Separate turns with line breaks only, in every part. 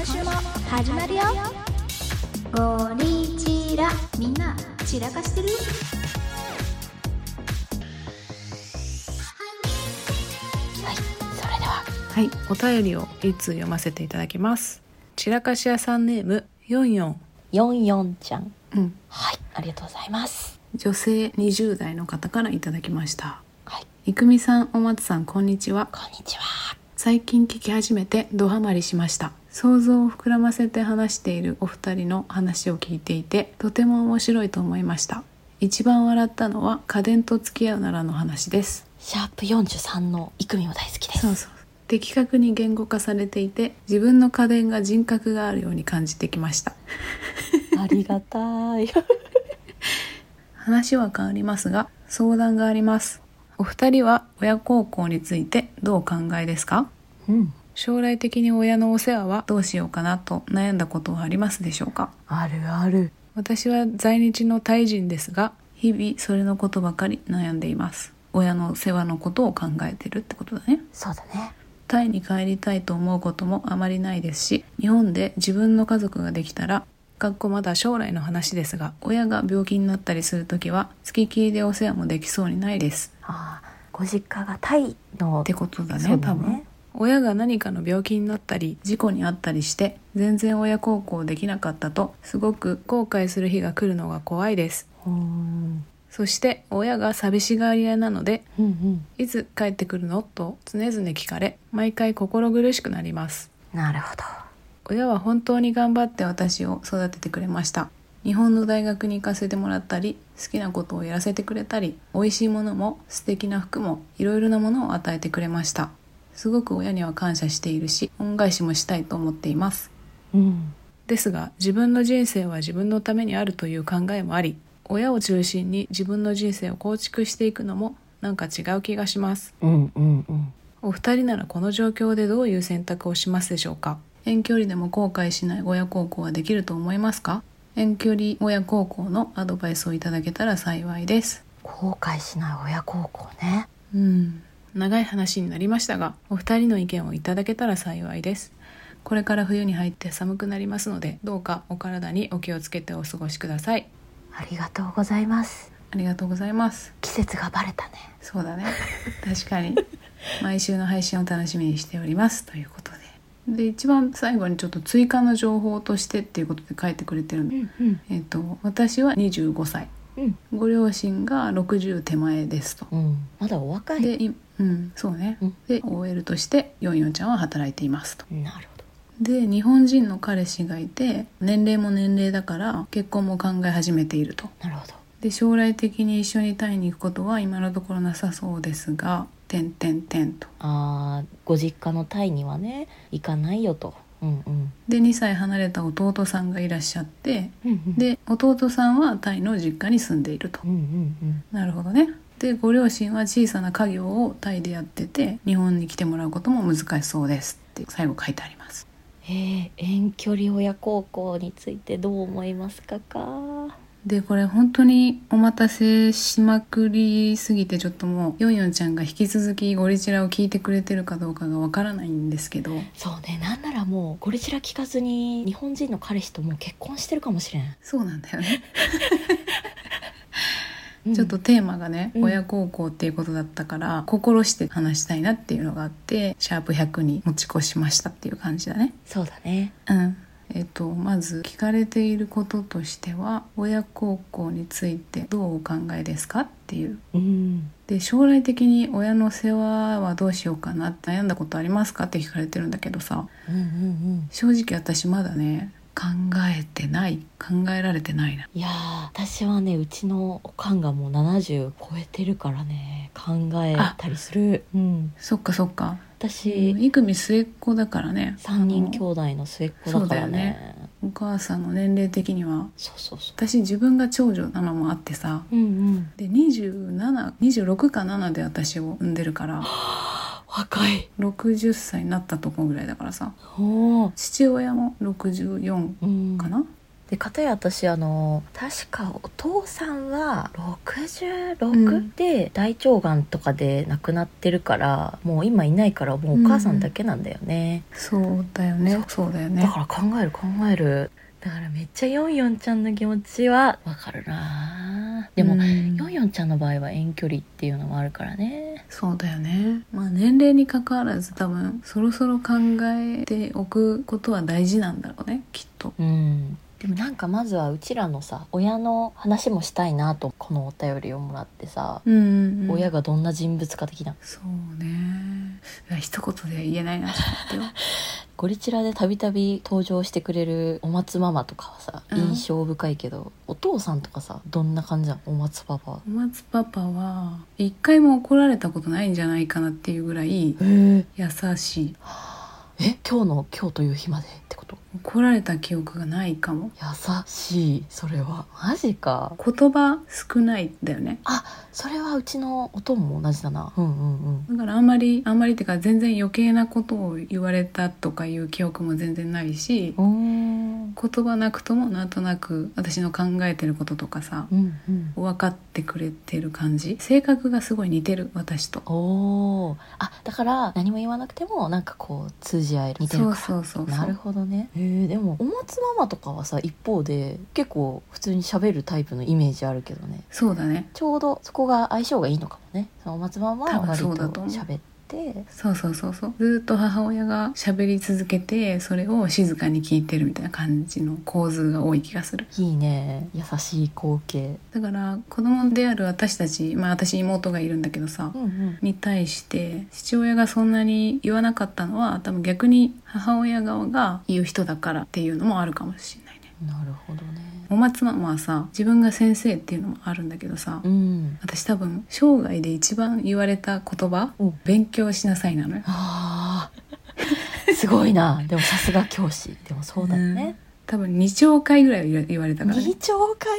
始まるよゴリチラみんな散らかしてる
はい、お便りを一通読ませていただきます。散らかし屋さんネームヨンヨン、
ヨンヨンちゃん。
うん、
はい、ありがとうございます。
女性20代の方からいただきました。
はい、
いくみさん、お松さん、こんにちは。
こんにちは。
最近聞き始めてドハマりしました。想像を膨らませて話しているお二人の話を聞いていて、とても面白いと思いました。一番笑ったのは家電と付き合うならの話です。
シャープ43のイクミも大好きです。
そうそう的確に言語化されていて自分の家電が人格があるように感じてきました
ありがたい。
話は変わりますが相談がありますお二人は親孝行についてどうお考えですか
うん、
将来的に親のお世話はどうしようかなと悩んだことはありますでしょうか
あるある。
私は在日のタイ人ですが日々それのことばかり悩んでいます親の世話のことを考えてるってことだね
そうだね。
タイに帰りたいと思うこともあまりないですし日本で自分の家族ができたら学校まだ将来の話ですが親が病気になったりするときは付きっきりでお世話もできそうにないです
ああ、ご実家がタイの
ってことだね
そうだ
多
ね
分親が何かの病気になったり事故に遭ったりして全然親孝行できなかったとすごく後悔する日が来るのが怖いです
うーん、
そして親が寂しがり屋なので
うんうん。
いつ帰ってくるのと常々聞かれ毎回心苦しくなります
なるほど。
親は本当に頑張って私を育ててくれました日本の大学に行かせてもらったり好きなことをやらせてくれたり美味しいものも素敵な服もいろいろなものを与えてくれましたすごく親には感謝しているし恩返しもしたいと思っています
うん、
ですが自分の人生は自分のためにあるという考えもあり親を中心に自分の人生を構築していくのもなんか違う気がします
うんうんうん。
お二人ならこの状況でどういう選択をしますでしょうか遠距離でも後悔しない親孝行はできると思いますか遠距離親孝行のアドバイスをいただけたら幸いです
後悔しない親孝行ね。
うん長い話になりましたがお二人の意見をいただけたら幸いですこれから冬に入って寒くなりますのでどうかお体にお気をつけてお過ごしください
ありがとうございます。
ありがとうございます
季節がバレたね。
そうだね 確かに毎週の配信を楽しみにしておりますということでで一番最後にちょっと追加の情報としてっていうことで書いてくれてるんで、
んうん
えっと私は25歳
うん
ご両親が60手前ですと、
うん。まだお若い。
でいうんそうね、
うん
で OL としてヨンヨンちゃんは働いていますと
なるほど。
で日本人の彼氏がいて年齢も年齢だから結婚も考え始めていると
なるほど。
で将来的に一緒にタイに行くことは今のところなさそうですが「てんてんてん」と
ああ、ご実家のタイにはね、行かないよと。うんうん。
で2歳離れた弟さんがいらっしゃって
うんうん、
で弟さんはタイの実家に住んでいると
うんうん
なるほどねでご両親は小さな家業をタイでやってて日本に来てもらうことも難しそうですって最後書いてあります
うん。えー、遠距離親孝行についてどう思いますかか。
でこれ本当にお待たせしまくりすぎてちょっともうヨンヨンちゃんが引き続きゴリチラを聞いてくれてるかどうかがわからないんですけど
そうね、なんならもうゴリチラ聞かずに日本人の彼氏ともう結婚してるかもしれん。
そうなんだよね、
うん
ちょっとテーマがね、
うん
親孝行っていうことだったから心して話したいなっていうのがあってシャープ100に持ち越しましたっていう感じだね
そうだね。
うんえっとまず聞かれていることとしては親孝行についてどうお考えですかっていう
うん。
で将来的に親の世話はどうしようかなって悩んだことありますかって聞かれてるんだけどさ
うんうんうん。
正直私まだね考えてない考えられてないない
やー私はねうちのおかんがもう70超えてるからね考えたりする、うん、
そっかそっか
私、
いくみ末っ子だからね
三人兄
あの
弟の末っ子だから
そうだよ
ね
ねお母さんの年齢的には
そうそうそ
私自分が長女なのもあってさ
ううんうん
で2726か7で私を産んでるから
若い
60歳になったとこぐらいだからさ
おー
父親も64
うん
かな、
でかたや私あの確かお父さんは
うん
66で大腸がんとかで亡くなってるから、もう今いないからもうお母さんだけなんだよね、
そうだよねそうだよね
だから考える考えるだからめっちゃヨンヨンちゃんの気持ちはわかるなでも、
うん
ヨンヨンちゃんの場合は遠距離っていうのもあるからね
そうだよねまあ年齢に関わらず多分そろそろ考えておくことは大事なんだろうねきっと
うんでもなんかまずはうちらのさ親の話もしたいなとこのお便りをもらってさ、
うんうん、うん、
親がどんな人物か的な
そうねいや一言では言えないなと思ってよ
ゴリチラでたびたび登場してくれるお松ママとかはさ
うん
印象深いけど、お父さんとかさどんな感じなのお松パパ
小松パパは一回も怒られたことないんじゃないかなっていうぐらい
ええ
優しい
今日の今日という日までってこと
怒られた記憶がないかも
優しいそれはマジか
言葉少ないんだよね
それはうちのおとんも同じだなうんうんうん
だからあんまりあんまりっていうか全然余計なことを言われたとかいう記憶も全然ないし
おー
言葉なくともなんとなく私の考えてることとかさ
うんうん
分かってくれてる感じ性格がすごい似てる私と
おーあだから何も言わなくてもなんかこう通じ合える似てるから
そうそうそうそう
なるほどねえーでもおもつママとかはさ一方で結構普通に喋るタイプのイメージあるけどね
そうだね
ちょうどそこが相性がいいのかもねそのお松ママは
多分
割と
そうだと思う
喋って
そうそうそうそうずーっと母親が喋り続けてそれを静かに聞いてるみたいな感じの構図が多い気がする
いいね優しい光景
だから子供である私たちまあ私妹がいるんだけどさ、
うんうん
に対して父親がそんなに言わなかったのは多分逆に母親側が言う人だからっていうのもあるかもしれないね。
なるほどね
お松ママはさ自分が先生っていうのもあるんだけどさ、
うん
私多分生涯で一番言われた言葉
お
「勉強しなさい」なのよ。
あ ーすごいなでもさすが教師でもそうだ
うん
ね、
多分2兆回ぐらいは言われたから、
二
ね、
兆回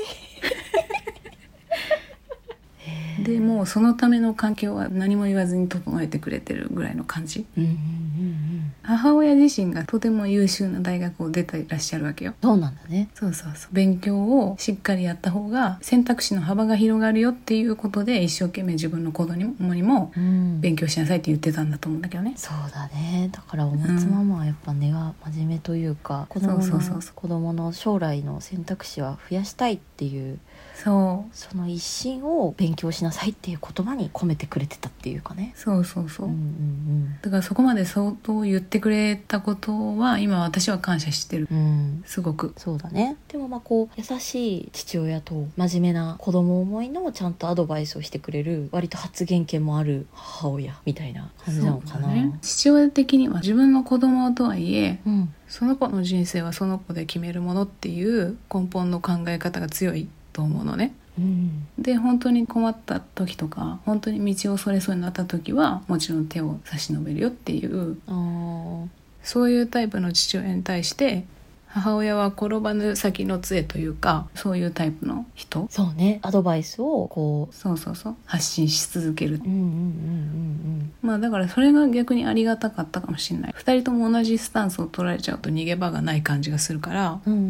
へー
でもうそのための環境は何も言わずに整えてくれてるぐらいの感じ
うんうんうんうん
母親自身がとても優秀な大学を出ていらっしゃるわけよ
そうなんだね
そうそうそう勉強をしっかりやった方が選択肢の幅が広がるよっていうことで一生懸命自分の子供にも
うん
勉強しなさいって言ってたんだと思うんだけどね
そうだねだからおもつママはやっぱ根が真面目というか、子供の
そうそうそうそ
子供の将来の選択肢は増やしたいっていう
そう
その一心を勉強しなさいっていう言葉に込めてくれてたっていうかね
そうそうそう、
うんうん
だからそこまで相当言ってくれたことは今私は感謝してる
うんうん
すごく
そうだねでもまあこう優しい父親と真面目な子供思いのちゃんとアドバイスをしてくれる割と発言権もある母親みたいな感じなのかな
そうだね父親的には自分の子供とはいえ
うん
その子の人生はその子で決めるものっていう根本の考え方が強いと思うのね
うん
で本当に困った時とか本当に道をそれそうになった時はもちろん手を差し伸べるよっていう
あー
そういうタイプの父親に対して母親は転ばぬ先の杖というかそういうタイプの人
そうねアドバイスをこう
そうそうそう発信し続ける
うんうんうんうん
まあだからそれが逆にありがたかったかもしれない2人とも同じスタンスを取られちゃうと逃げ場がない感じがするから
うんうんう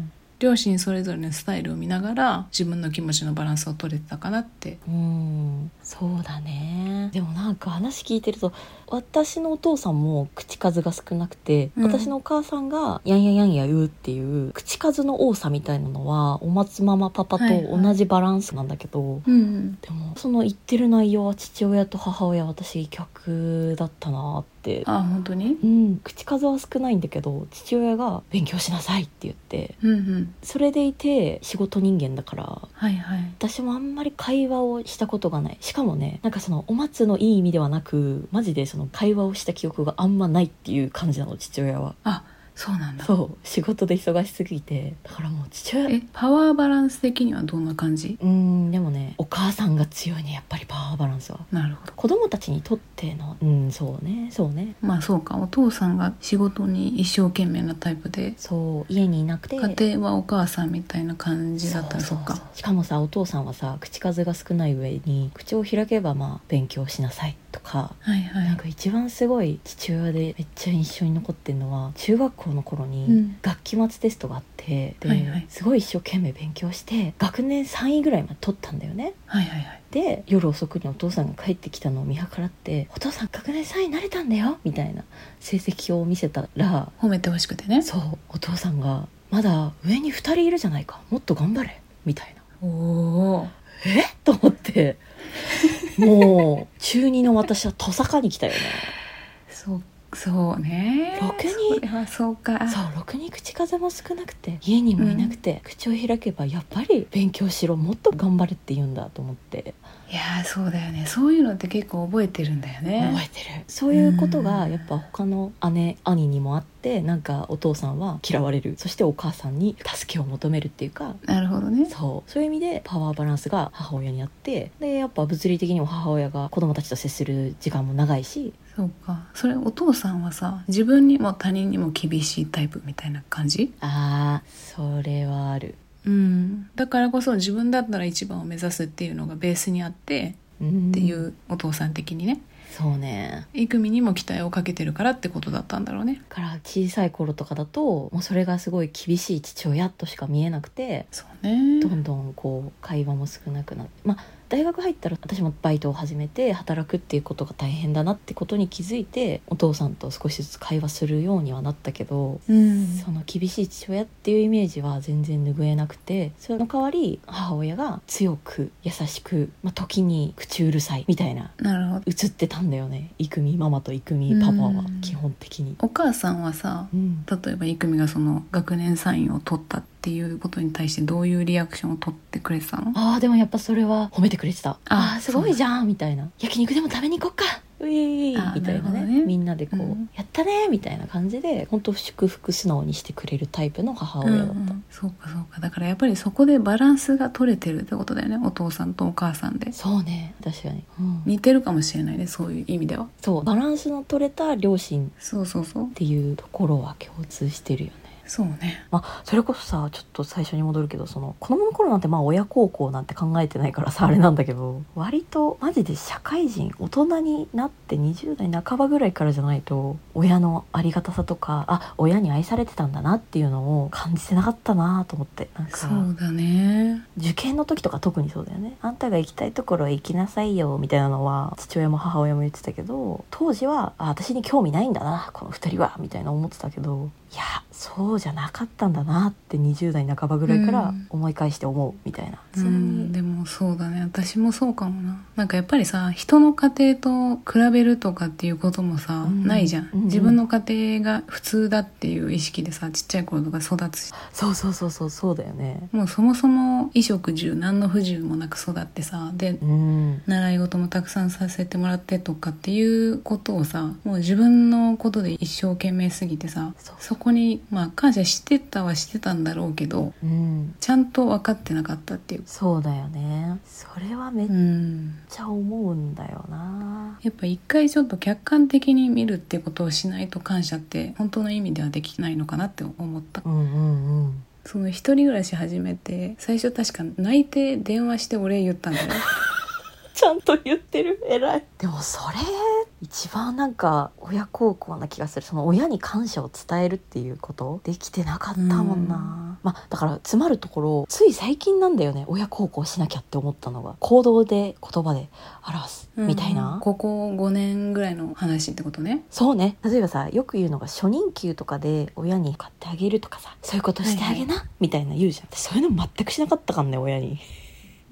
ん
両親それぞれのスタイルを見ながら自分の気持ちのバランスを取れてたかなって
うんうんそうだねでもなんか話聞いてると私のお父さんも口数が少なくて、
うん
私のお母さんが「やんやんやんや」言うっていう口数の多さみたいなのはお松ママパパと
はいはい
同じバランスなんだけど、
うん
でもその言ってる内容は父親と母親私逆だったなって
ああ本当に
うん口数は少ないんだけど父親が「勉強しなさい」って言って
うんうん
それでいて仕事人間だから
はいはい
私もあんまり会話をしたことがないしかもねなんかそのお松のいい意味ではなくマジでその会話をした記憶があんまないっていう感じなの父親は
あそうなんだ
そう仕事で忙しすぎてだからもう父親
えパワーバランス的にはどんな感じ
うーんでもねお母さんが強いねやっぱりパワーバランスは
なるほど
子供たちにとってのうんそうねそうね
まあそうかお父さんが仕事に一生懸命なタイプで
そう家にいなくて
家庭はお母さんみたいな感じだったら
そ
そうっ
そう
か
そうしかもさお父さんはさ口数が少ない上に口を開けばまあ勉強しなさいとか
はいはい
なんか一番すごい父親でめっちゃ印象に残ってるのは中学校の頃
う
に
ん
学期末テストがあって、で
はいはい
すごい一生懸命勉強して学年3位ぐらいまで取ったんだよね
はいはいはい
で夜遅くにお父さんが帰ってきたのを見計らって「お父さん学年3位になれたんだよ」みたいな成績表を見せたら
褒めてほしくてね
そうお父さんが「まだ上に2人いるじゃないかもっと頑張れ」みたいな
おお
「えと思ってもう中2の私はとさかに来たよね。
そうそうね
ろくに
そりゃそうか
そうろくに口数も少なくて家にもいなくて、口を開けばやっぱり勉強しろもっと頑張れって言うんだと思って
いやーそうだよねそういうのって結構覚えてるんだよね
覚えてるそういうこと
う
が
ん
やっぱ他の姉兄にもあってなんかお父さんは嫌われるそしてお母さんに助けを求めるっていうか
なるほどね
そうそういう意味でパワーバランスが母親にあってでやっぱ物理的にも母親が子供たちと接する時間も長いし
そうかそれお父さんはさ自分にも他人にも厳しいタイプみたいな感じ
あーそれはある
うんだからこそ自分だったら一番を目指すっていうのがベースにあって
うん
っていうお父さん的にね
そうね
イクミにも期待をかけてるからってことだったんだろうね
から小さい頃とかだともうそれがすごい厳しい父親としか見えなくて
そうね
どんどんこう会話も少なくなってまあ大学入ったら私もバイトを始めて働くっていうことが大変だなってことに気づいてお父さんと少しずつ会話するようにはなったけど。
うん
その厳しい父親っていうイメージは全然拭えなくてその代わり母親が強く優しく、まあ、時に口うるさいみたいな
なるほど
映ってたんだよね育美ママと育美パパは基本的に。
お母さんはさ
うん
例えばイクミがその学年サインを取ったっていうことに対してどういうリアクションを取ってくれてたの
ああでもやっぱそれは褒めてくれてたああーす
そう
ごいじゃんみたいな焼肉でも食べに行こっかうい
あー
みたいなね
なるほどね
みんなでこう、
うん
やったねみたいな感じで本当祝福素直にしてくれるタイプの母
う
親
ん
だった、
うんそうかそうかだからやっぱりそこでバランスが取れてるってことだよねお父さんとお母さんで
そうね確かに、うん
似てるかもしれないねそういう意味では
そうバランスの取れた両親
そうそうそう
っていうところは共通してるよね
そうね
まあ、それこそさちょっと最初に戻るけどその子供の頃なんてまあ親孝行なんて考えてないからさあれなんだけど割とマジで社会人大人になって20代半ばぐらいからじゃないと親のありがたさとかあ親に愛されてたんだなっていうのを感じてなかったなと思ってなん
そ
か
うだね
受験の時とか特にそうだよねあんたが行きたいところへ行きなさいよみたいなのは父親も母親も言ってたけど当時はあ私に興味ないんだなこの2人はみたいな思ってたけどいやそうじゃなかったんだなって20代半ばぐらいか
う
ら
ん
思い返して思うみたいな、
う
それ
ん
に
でもそうだね私もそうかもななんかやっぱりさ人の家庭と比べるとかっていうこともさ、
うん
ないじゃん、
うんうん
自分の家庭が普通だっていう意識でさちっちゃい頃とか育つし
そうそうそうそうそうだよね
もうそもそも衣食住何の不自由もなく育ってさで
うん
習い事もたくさんさせてもらってとかっていうことをさもう自分のことで一生懸命すぎてさ
そう
そこにまあ感謝してたはしてたんだろうけど
うん
ちゃんと分かってなかったっていう
そうだよねそれはめっ
うん
ちゃ思うんだよな、
やっぱ一回ちょっと客観的に見るってことをしないと感謝って本当の意味ではできないのかなって思った
うんうんうん
その一人暮らし始めて最初確か泣いて電話してお礼言ったんだよ
ちゃんと言ってる偉いでもそれ一番なんか親孝行な気がするその親に感謝を伝えるっていうことできてなかったもんな、まあだから詰まるところつい最近なんだよね親孝行しなきゃって思ったのが行動で言葉で表す みたいな、
うんここ5年ぐらいの話ってことね
そうね例えばさよく言うのが初任給とかで親に買ってあげるとかさそういうことしてあげな、みたいな言うじゃん私そういうの全くしなかったからね親に、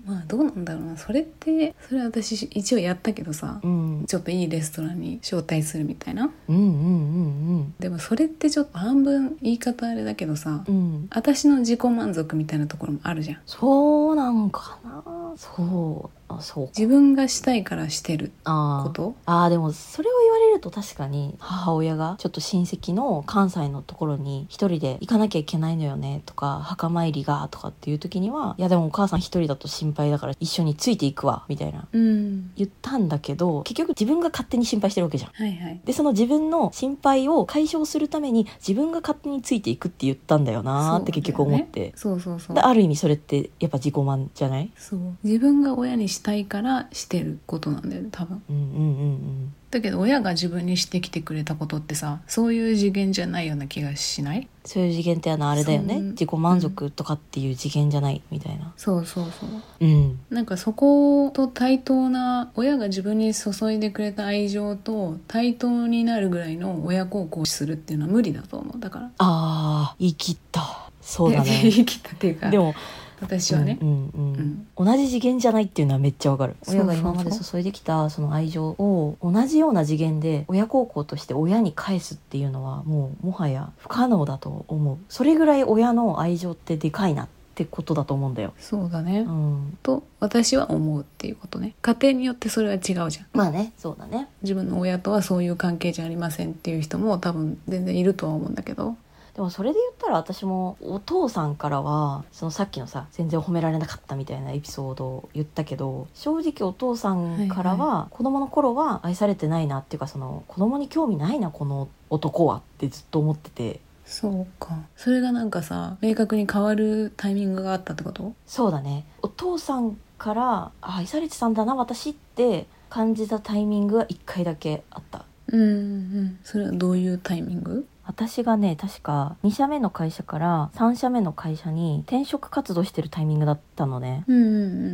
まあどうなんだろうなそれってそれは私一応やったけどさ
うん、
ちょっといいレストランに招待するみたいな
うんうん
でもそれってちょっと半分言い方あれだけどさ
うんうんうん
私の自己満足みたいなところもあるじゃん
そうなんかなそうあそう
自分がしたいからしてるこ
あー
と
あーでもそれを言われると確かに母親がちょっと親戚の関西のところに一人で行かなきゃいけないのよねとか墓参りがとかっていう時にはいやでもお母さん一人だと心配だから一緒についていくわみたいな
うん
言ったんだけど結局自分が勝手に心配してるわけじゃん。
はいはい
でその自分の心配を解消するために自分が勝手についていくって言ったんだよなーって結局思って、
そうそうそう
である意味それってやっぱ自己満じゃない
そう自分が親にししたいからしてることなんだよね多分
うんうんうん
だけど親が自分にしてきてくれたことってさそういう次元じゃないような気がしない
そういう次元ってあのあれだよね
そう
自己満足とかっていう次元じゃないみたいな
そうそうそう
うん
なんかそこと対等な親が自分に注いでくれた愛情と対等になるぐらいの親孝行をするっていうのは無理だと思うだから
あー言い切ったそうだ ね
言い切ったっていうか
でも
私はね、
うんうん
うん
うん、同じ次元じゃないっていうのはめっちゃわかる
そうそう
親
そう
が今まで注いできたその愛情を同じような次元で親孝行として親に返すっていうのはもうもはや不可能だと思うそれぐらい親の愛情ってでかいなってことだと思うんだよ、
そうだね、
うん、
と私は思うっていうことね家庭によってそれは違うじゃん
まあねそうだね
自分の親とはそういう関係じゃありませんっていう人も多分全然いるとは思うんだけど
でもそれで言ったら私もお父さんからはそのさっきのさ全然褒められなかったみたいなエピソードを言ったけど正直お父さんから
は
は子供の頃は愛されてないなっていうかその子供に興味ないなこの男はってずっと思ってて
そうかそれがなんかさ明確に変わるタイミングがあったってこと
そうだねお父さんからあ愛されてたんだな私って感じたタイミングが1回だけあった
うんうんそれはどういうタイミング
私がね確か2社目の会社から3社目の会社に転職活動してるタイミングだったのね
うんう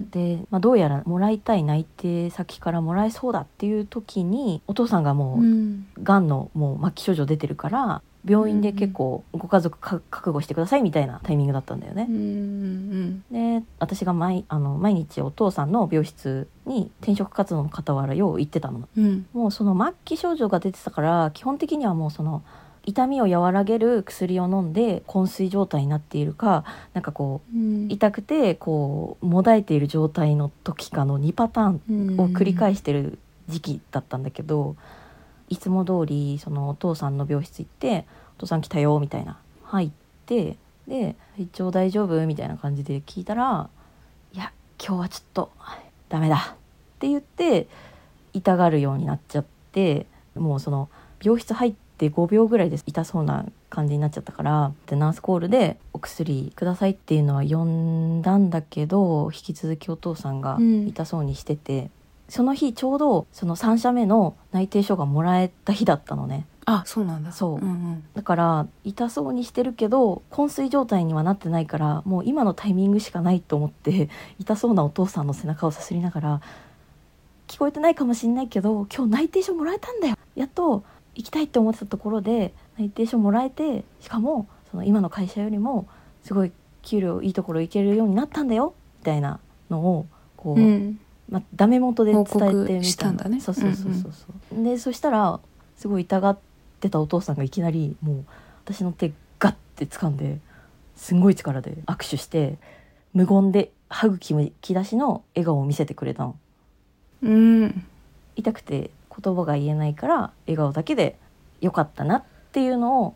ん
で、まあ、どうやらもらいたい内定先からもらえそうだっていう時にお父さんが
う
も
んう
うんがんのもう末期症状出てるから病院で結構ご家族か覚悟してくださいみたいなタイミングだったんだよね
うんう。ん
で私が毎あの毎日お父さんの病室に転職活動の傍らよう行ってたの。
うんうん
もうその末期症状が出てたから基本的にはもうその痛みを和らげる薬を飲んで昏睡状態になっているかなんかこう
うん
痛くてこうもだえている状態の時かの2パターンを繰り返してる時期だったんだけど、いつも通りそのお父さんの病室行って「お父さん来たよ」みたいな入ってで「体調大丈夫?」みたいな感じで聞いたら「いや今日はちょっとダメだ」って言って痛がるようになっちゃってもうその病室入って5秒ぐらいで痛そうな感じになっちゃったからでナースコールで「お薬ください」っていうのは呼んだんだけど引き続きお父さんが
うん
痛そうにしてて、その日ちょうどその3社目の内定証がもらえた日だったのね
あそうなんだ
そうんだから痛そうにしてるけど昏睡状態にはなってないからもう今のタイミングしかないと思って 痛そうなお父さんの背中をさすりながら聞こえてないかもしんないけど今日内定証もらえたんだよやっと行きたいって思ってたところで内定証もらえてしかもその今の会社よりもすごい給料いいところ行けるようになったんだよみたいなのをこう、
うんうん
まあ、ダメ元で伝えて
報
みた
告
の
したんだね
そうそうそうそうそう、でそしたらすごい痛がってたお父さんがいきなりもう私の手ガッて掴んですんごい力で握手して無言で歯茎むき出しの笑顔を見せてくれたの
うん
痛くて言葉が言えないから笑顔だけで良かったなっていうのを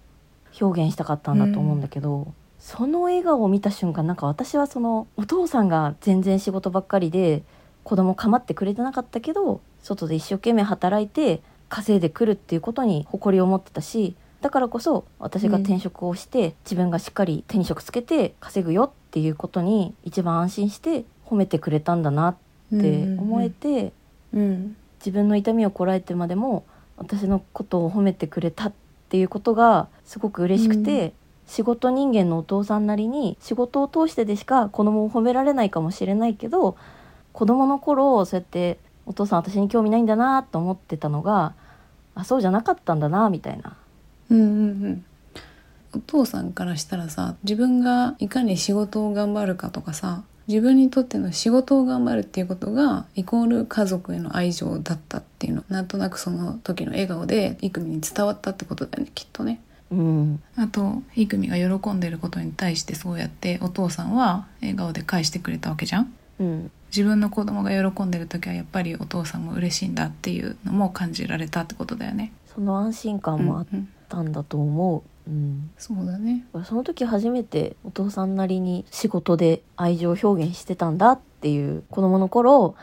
表現したかったんだと思うんだけど、その笑顔を見た瞬間なんか私はそのお父さんが全然仕事ばっかりで子供構ってくれてなかったけど外で一生懸命働いて稼いでくるっていうことに誇りを持ってたしだからこそ私が転職をして、自分がしっかり手に職つけて稼ぐよっていうことに一番安心して褒めてくれたんだなって思えて。
うん
自分の痛みをこらえてまでも私のことを褒めてくれたっていうことがすごく嬉しくて、仕事人間のお父さんなりに仕事を通してでしか子供を褒められないかもしれないけど子供の頃そうやってお父さん私に興味ないんだなと思ってたのがあそうじゃなかったんだなみたいな。
うんうんうんお父さんからしたらさ自分がいかに仕事を頑張るかとかさ自分にとっての仕事を頑張るっていうことがイコール家族への愛情だったっていうのなんとなくその時の笑顔でイクミに伝わったってことだよねきっとね
うん、
あとイクミが喜んでることに対してそうやってお父さんは笑顔で返してくれたわけじゃん
うん、
自分の子供が喜んでる時はやっぱりお父さんも嬉しいんだっていうのも感じられたってことだよね
その安心感もあっ
うんうん
たんだと思う。うん
そうだね
その時初めてお父さんなりに仕事で愛情を表現してたんだっていう子供の頃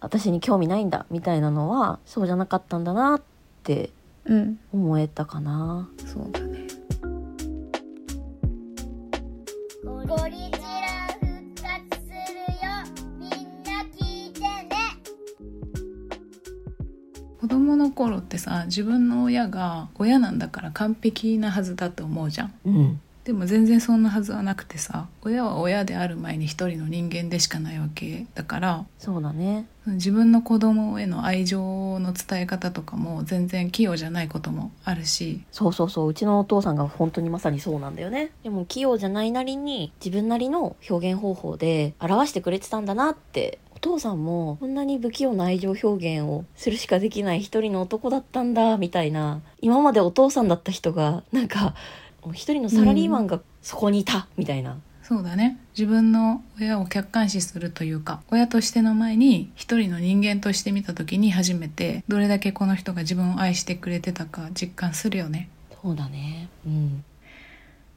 私に興味ないんだみたいなのはそうじゃなかったんだなって
うん
思えたかな
そうだね
ゴリゴリチラ復活するよみんな聞いてね
頃ってさ自分の親が親なんだから完璧なはずだと思うじゃん
うん
でも全然そんなはずはなくてさ親は親である前に一人の人間でしかないわけだから
そうだね
自分の子供への愛情の伝え方とかも全然器用じゃないこともあるし
そうそうそううちのお父さんが本当にまさにそうなんだよねでも器用じゃないなりに自分なりの表現方法で表してくれてたんだなってお父さんもこんなに不器用な愛情表現をするしかできない一人の男だったんだみたいな今までお父さんだった人がなんかもう一人のサラリーマンがそこにいたみたいな、
そうだね自分の親を客観視するというか親としての前に一人の人間として見た時に初めてどれだけこの人が自分を愛してくれてたか実感するよね
そうだねうん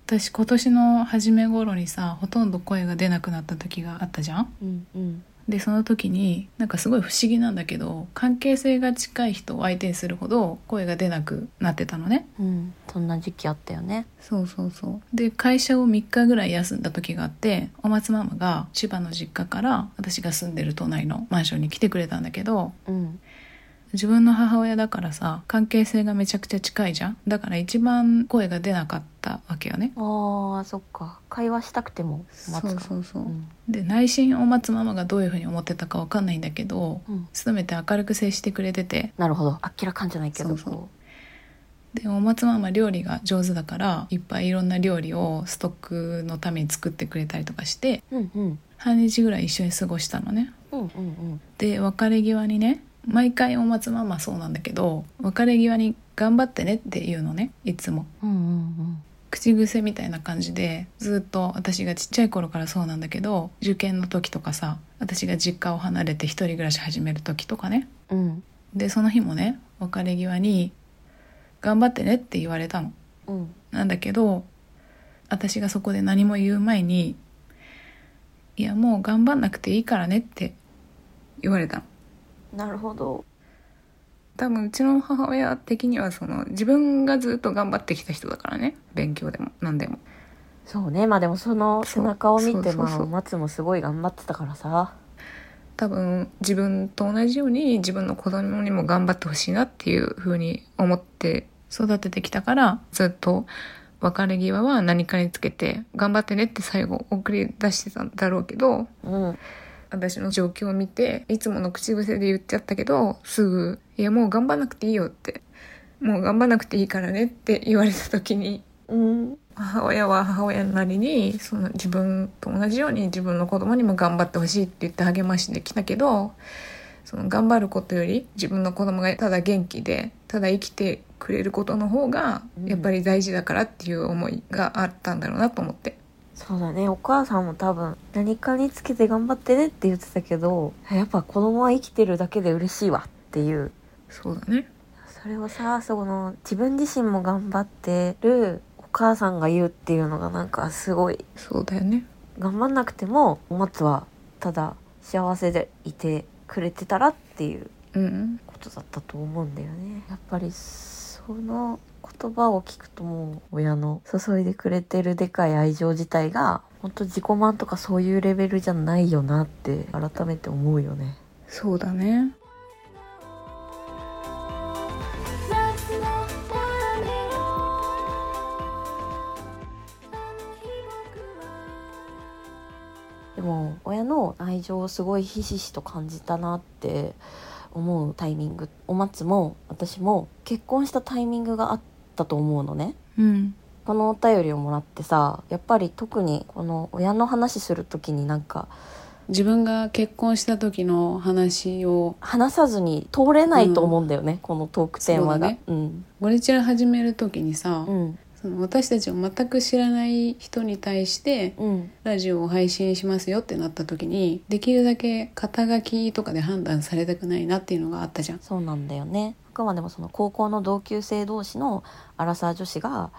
私今年の初め頃にさほとんど声が出なくなった時があったじゃん
うんうん
でその時になんかすごい不思議なんだけど関係性が近い人を相手にするほど声が出なくなってたのね
うんそんな時期あったよね
そうそうそうで会社を3日ぐらい休んだ時があってお松ママが千葉の実家から私が住んでる都内のマンションに来てくれたんだけど
うん
自分の母親だからさ関係性がめちゃくちゃ近いじゃんだから一番声が出なかったわけよね
あーそっか会話したくても
そ
待つ
う
か
そうそう、
うん
で内心お松ママがどういうふうに思ってたかわかんないんだけど
うん
努めて明るく接してくれてて
なるほどあっけらかんじゃないけど
そうそう
こ
でお松ママ料理が上手だからいっぱいいろんな料理をストックのために作ってくれたりとかして
ううんうん
半日ぐらい一緒に過ごしたのね
うんうん
で別れ際にね毎回お松ママそうなんだけど別れ際に「頑張ってね」って言うのねいつも
うんうんうん
口癖みたいな感じでずっと私がちっちゃい頃からそうなんだけど受験の時とかさ私が実家を離れて一人暮らし始める時とかね
うんうん
でその日もね別れ際に「頑張ってね」って言われたの
うん
なんだけど私がそこで何も言う前に「いやもう頑張んなくていいからね」って言われたの
なるほど
多分うちの母親的にはその自分がずっと頑張ってきた人だからね勉強でも何でも
そうねまあでもその背
そう
中を見て
そうそう
ま
そう
あ松もすごい頑張ってたからさ
多分自分と同じように自分の子供にも頑張ってほしいなっていうふうに思って育ててきたからずっと別れ際は何かにつけて頑張ってねって最後送り出してたんだろうけど
うん
私の状況を見ていつもの口癖で言っちゃったけどすぐ「いやもう頑張んなくていいよ」って「もう頑張んなくていいからね」って言われた時に
うん
母親は母親なりにその自分と同じように自分の子供にも頑張ってほしいって言って励ましてきたけどその頑張ることより自分の子供がただ元気でただ生きてくれることの方が
うん
やっぱり大事だからっていう思いがあったんだろうなと思って。
そうだねお母さんも多分何かにつけて頑張ってねって言ってたけどやっぱ子供は生きてるだけで嬉しいわっていう
そうだね
それをさその自分自身も頑張ってるお母さんが言うっていうのがなんかすごい
そうだよね
頑張んなくても松はただ幸せでいてくれてたらっていう
うん
ことだったと思うんだよねやっぱりその言葉を聞くともう親の注いでくれてるでかい愛情自体が本当自己満とかそういうレベルじゃないよなって改めて思うよね
そうだね
夏の種
でも親の愛情をすごいひしひしと感じたなって思うタイミングお松も私も結婚したタイミングがあったと思うのね
うん
このお便りをもらってさやっぱり特にこの親の話する時になんか
自分が結婚した時の話を
話さずに通れないと思うんだよね、このトークテーマが
そうだね
うん
ゴリチラ始める時にさ
うん
その私たちを全く知らない人に対して
うん
ラジオを配信しますよってなった時にできるだけ肩書きとかで判断されたくないなっていうのがあったじゃん
そうなんだよねあくまでもその高校の同級生同士のアラサー女子が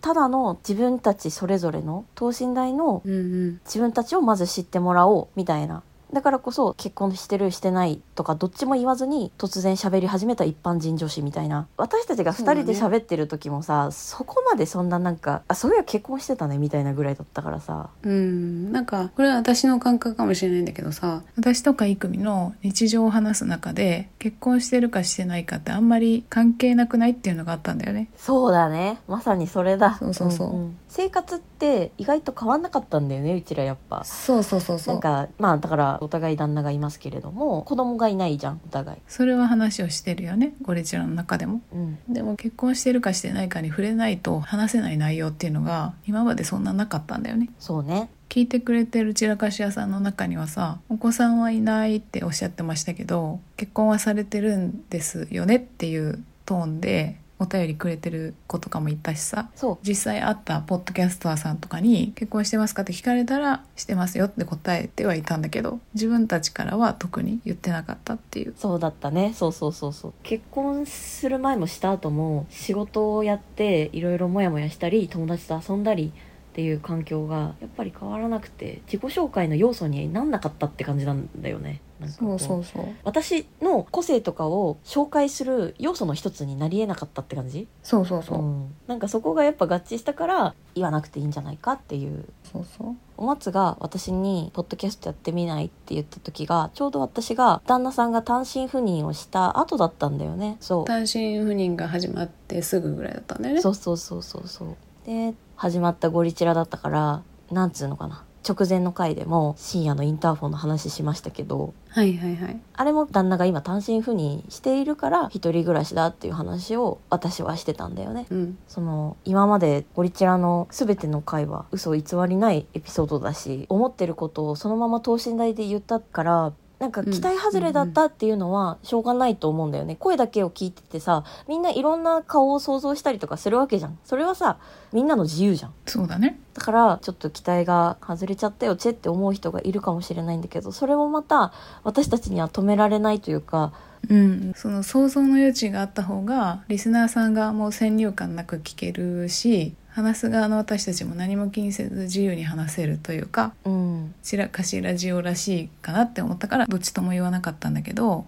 ただの自分たちそれぞれの等身大の
うんうん
自分たちをまず知ってもらおうみたいなだからこそ結婚してるしてないとかどっちも言わずに突然喋り始めた一般人女子みたいな私たちが2人で
そう
喋ってる時もさそ,、こまでそんななんかあそういや結婚してたねみたいなぐらいだったからさ
うんなんかこれは私の感覚かもしれないんだけどさ私とかいくみの日常を話す中で結婚してるかしてないかってあんまり関係なくないっていうのがあったんだよね
そうだねまさにそれだ
そうそうそうん
ん生活って意外と変わんなかったんだよねうちらやっぱ
そうそうそうそ
なん
う
かまあだからお互い旦那がいますけれども子供がいないじゃんお互い、
それは話をしてるよねゴリチラの中でも
うん、
でも結婚してるかしてないかに触れないと話せない内容っていうのが今までそんななかったんだよね
そうね
聞いてくれてる散らかし屋さんの中にはさお子さんはいないっておっしゃってましたけど結婚はされてるんですよねっていうトーンでお便りくれてる子とかもいたしさ
そう
実際会ったポッドキャスターさんとかに「結婚してますか?」って聞かれたら「してますよ」って答えてはいたんだけど自分たちからは特に言ってなかったっていう
そうだったねそうそうそうそう結婚する前もした後も仕事をやっていろいろモヤモヤしたり友達と遊んだりっていう環境がやっぱり変わらなくて自己紹介の要素になんなかったって感じなんだよねなんかこ
うそう
私の個性とかを紹介する要素の一つになりえなかったって感じ
そうそうそ
う
う
んなんかそこがやっぱ合致したから言わなくていいんじゃないかっていう
そうそう
お松が私に「ポッドキャストやってみない?」って言った時がちょうど私が旦那さんが単身赴任をした後だったんだよねそ
単身赴任が始まってすぐぐらいだったんだよ
う
ね
そうそうそうそうそうで始まったゴリチラだったからなんつうのかな直前の回でも深夜のインターフォンの話しましたけど
はいはいはい
あれも旦那が今単身赴任しているから一人暮らしだっていう話を私はしてたんだよね
うん
その今までゴリチラの全ての回は嘘偽りないエピソードだし思ってることをそのまま等身大で言ったからなんか
うん
期待外れだったっていうのはしょうがないと思うんだよね、声だけを聞いててさみんないろんな顔を想像したりとかするわけじゃんそれはさみんなの自由じゃん
そうだね
だからちょっと期待が外れちゃったよチェって思う人がいるかもしれないんだけどそれもまた私たちには止められないというか
うんその想像の余地があった方がリスナーさん側も先入観なく聞けるし話す側の私たちも何も気にせず自由に話せるというか
うん
散らかしラジオらしいかなって思ったからどっちとも言わなかったんだけど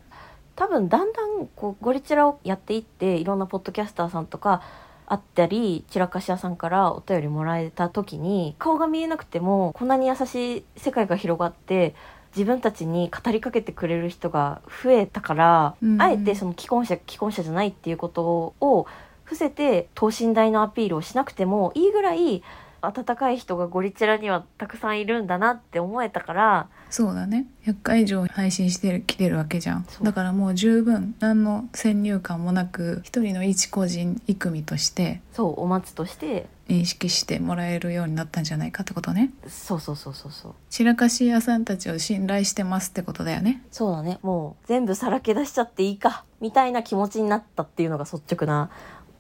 多分だんだんこうゴリチラをやっていっていろんなポッドキャスターさんとかあったり散らかし屋さんからお便りもらえた時に顔が見えなくてもこんなに優しい世界が広がって自分たちに語りかけてくれる人が増えたから、
うん
あえてその既婚者既婚者じゃないっていうことを伏せて等身大のアピールをしなくてもいいぐらい温かい人がゴリチラにはたくさんいるんだなって思えたから
そうだね100回以上配信してきてるわけじゃん
そう
だからもう十分何の先入観もなく一人の一個人育みとして
そうお待つとして
認識してもらえるようになったんじゃないかってことね
そうそうそうそうそう
散らかし屋さんたちを信頼してますってことだよね
そうだねもう全部さらけ出しちゃっていいかみたいな気持ちになったっていうのが率直な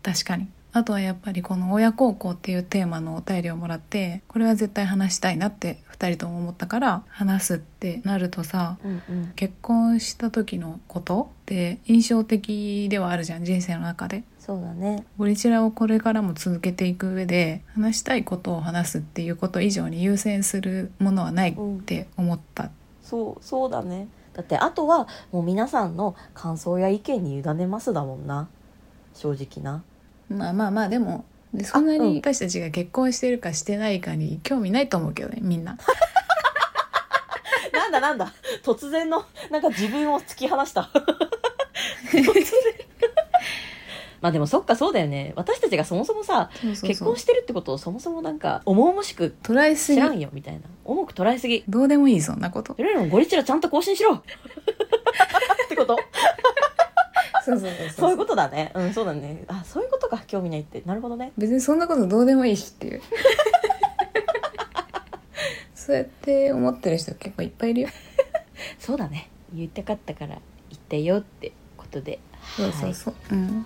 確かにあとはやっぱりこの親孝行っていうテーマのお便りをもらってこれは絶対話したいなって2人とも思ったから話すってなるとさ
うんうん
結婚した時のことって印象的ではあるじゃん人生の中で
そうだね
ゴリチラをこれからも続けていく上で話したいことを話すっていうこと以上に優先するものはないって思った、
そうそうだねだってあとはもう皆さんの感想や意見に委ねますだもんな正直な
まあまあまあでもでそんな
うん
に私たちが結婚してるかしてないかに興味ないと思うけどねみんな
なんだなんだ突然のなんか自分を突き放した まあでもそっかそうだよね私たちがそもそもさ
そうそうそう
結婚してるってことをそもそもなんか重々しく
捉え
知
すぎ
らんよみたいな重く捉えすぎ
どうでもいいそんなこと
それよりもゴリチラちゃんと更新し ろって こと
そうそうそう
そういうことだねうんそうだねあそういうことか興味ないってなるほどね
別にそんなことどうでもいいしっ ていうそうやって思ってる人結構いっぱいいるよ
そうだね言いたかったから言ってよってことで
そうそうそう、うん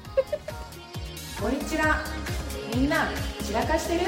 ゴリチラみんな散らかしてる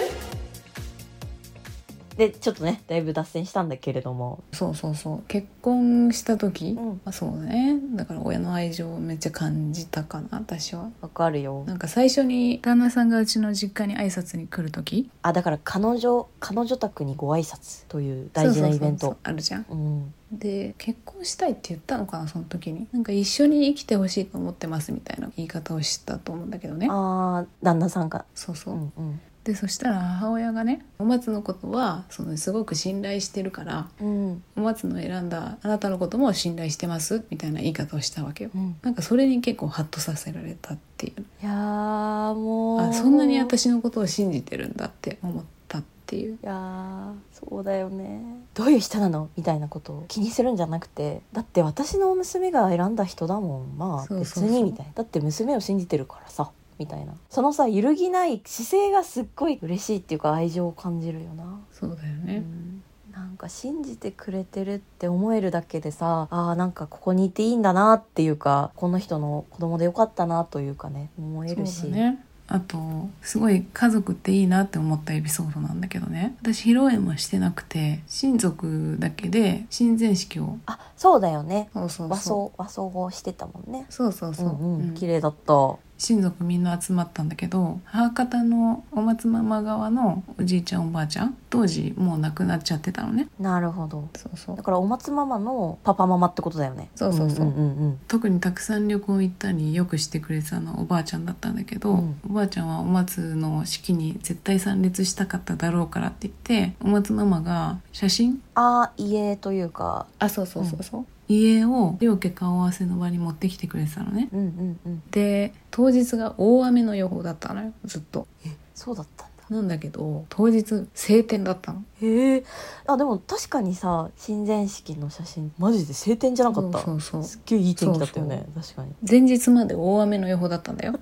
でちょっとねだいぶ脱線したんだけれども
そうそうそう結婚した時、
うん
まあ、そうねだから親の愛情をめっちゃ感じたかな私は
わかるよ
なんか最初に旦那さんがうちの実家に挨拶に来る時
あだから彼女彼女宅にご挨拶という大事なイベン
そうそうそうそう
ト
あるじゃん
うん
で結婚したいって言ったのかなその時になんか一緒に生きてほしいと思ってますみたいな言い方をしたと思うんだけどね
ああ旦那さんが
そうそうう、
んうん
でそしたら母親がねお松のことはそのすごく信頼してるから
うん
お松の選んだあなたのことも信頼してますみたいな言い方をしたわけよ
うん
なんかそれに結構ハッとさせられたっていう
いやーもう
あそんなに
い
私のことを信じてるんだって思ったっていう
やーそうだよねどういう人なのみたいなことを気にするんじゃなくてだって私の娘が選んだ人だもんまあ
そう
別
そうそう
にみたいなだって娘を信じてるからさみたいなそのさ揺るぎない姿勢がすっごい嬉しいっていうか愛情を感じるよな
そうだよ
う
ね、
んなんか信じてくれてるって思えるだけでさあーなんかここにいていいんだなっていうかこの人の子供でよかったなというかね思えるし
そうだねあとすごい家族っていいなって思ったエピソードなんだけどね私披露宴もしてなくて親族だけで親善式を
あそうだよね
そうそう
和
そう
装和装をしてたもんね
そうそうそう、
んうん、
うん
綺麗だった
親族みんな集まったんだけど母方のお松ママ側のおじいちゃんおばあちゃん当時もう亡くなっちゃってたのね
なるほど
そうそう
だからお松ママのパパママってことだよね
そうそうそうん
うんうん
特にたくさん旅行行ったりよくしてくれてたのはおばあちゃんだったんだけど、
うん
おばあちゃんはお松の式に絶対参列したかっただろうからって言ってお松ママが写真
あー家というか
あそうそう
そう
そう、家を両家顔合わせの場に持ってきてくれてたのね
うんうんうん
で当日が大雨の予報だったのよずっと
そうだったんだ
なんだけど当日晴天だったの
へえあでも確かにさ親善式の写真マジで晴天じゃなかった
そうそうそう
すっげえいい天気だったよね確かに
前日まで大雨の予報だったん だよ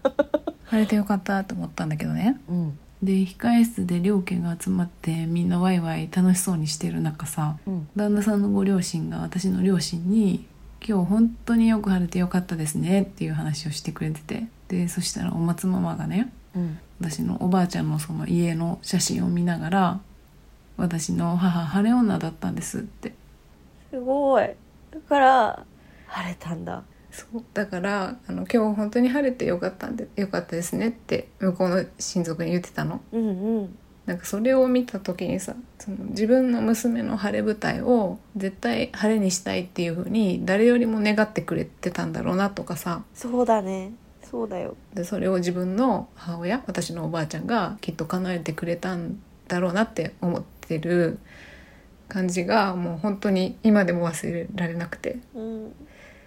晴れてよかったと思ったんだけどね
うん
で控え室で両家が集まってみんなワイワイ楽しそうにしてる中さ
うん
旦那さんのご両親が私の両親に「今日本当によく晴れてよかったですね」っていう話をしてくれててでそしたらお松ママがね
うん
私のおばあちゃんのその家の写真を見ながら「私の母晴れ女だったんです」って
すごいだから晴れたんだ
そうだからあの「今日本当に晴れてよかったんでよかったですね」って向こうの親族に言ってたの
うんうん
なんかそれを見た時にさその自分の娘の晴れ舞台を絶対晴れにしたいっていう風に誰よりも願ってくれてたんだろうなとかさ
そうだねそうだよ
でそれを自分の母親私のおばあちゃんがきっと叶えてくれたんだろうなって思ってる感じがもう本当に今でも忘れられなくて
うん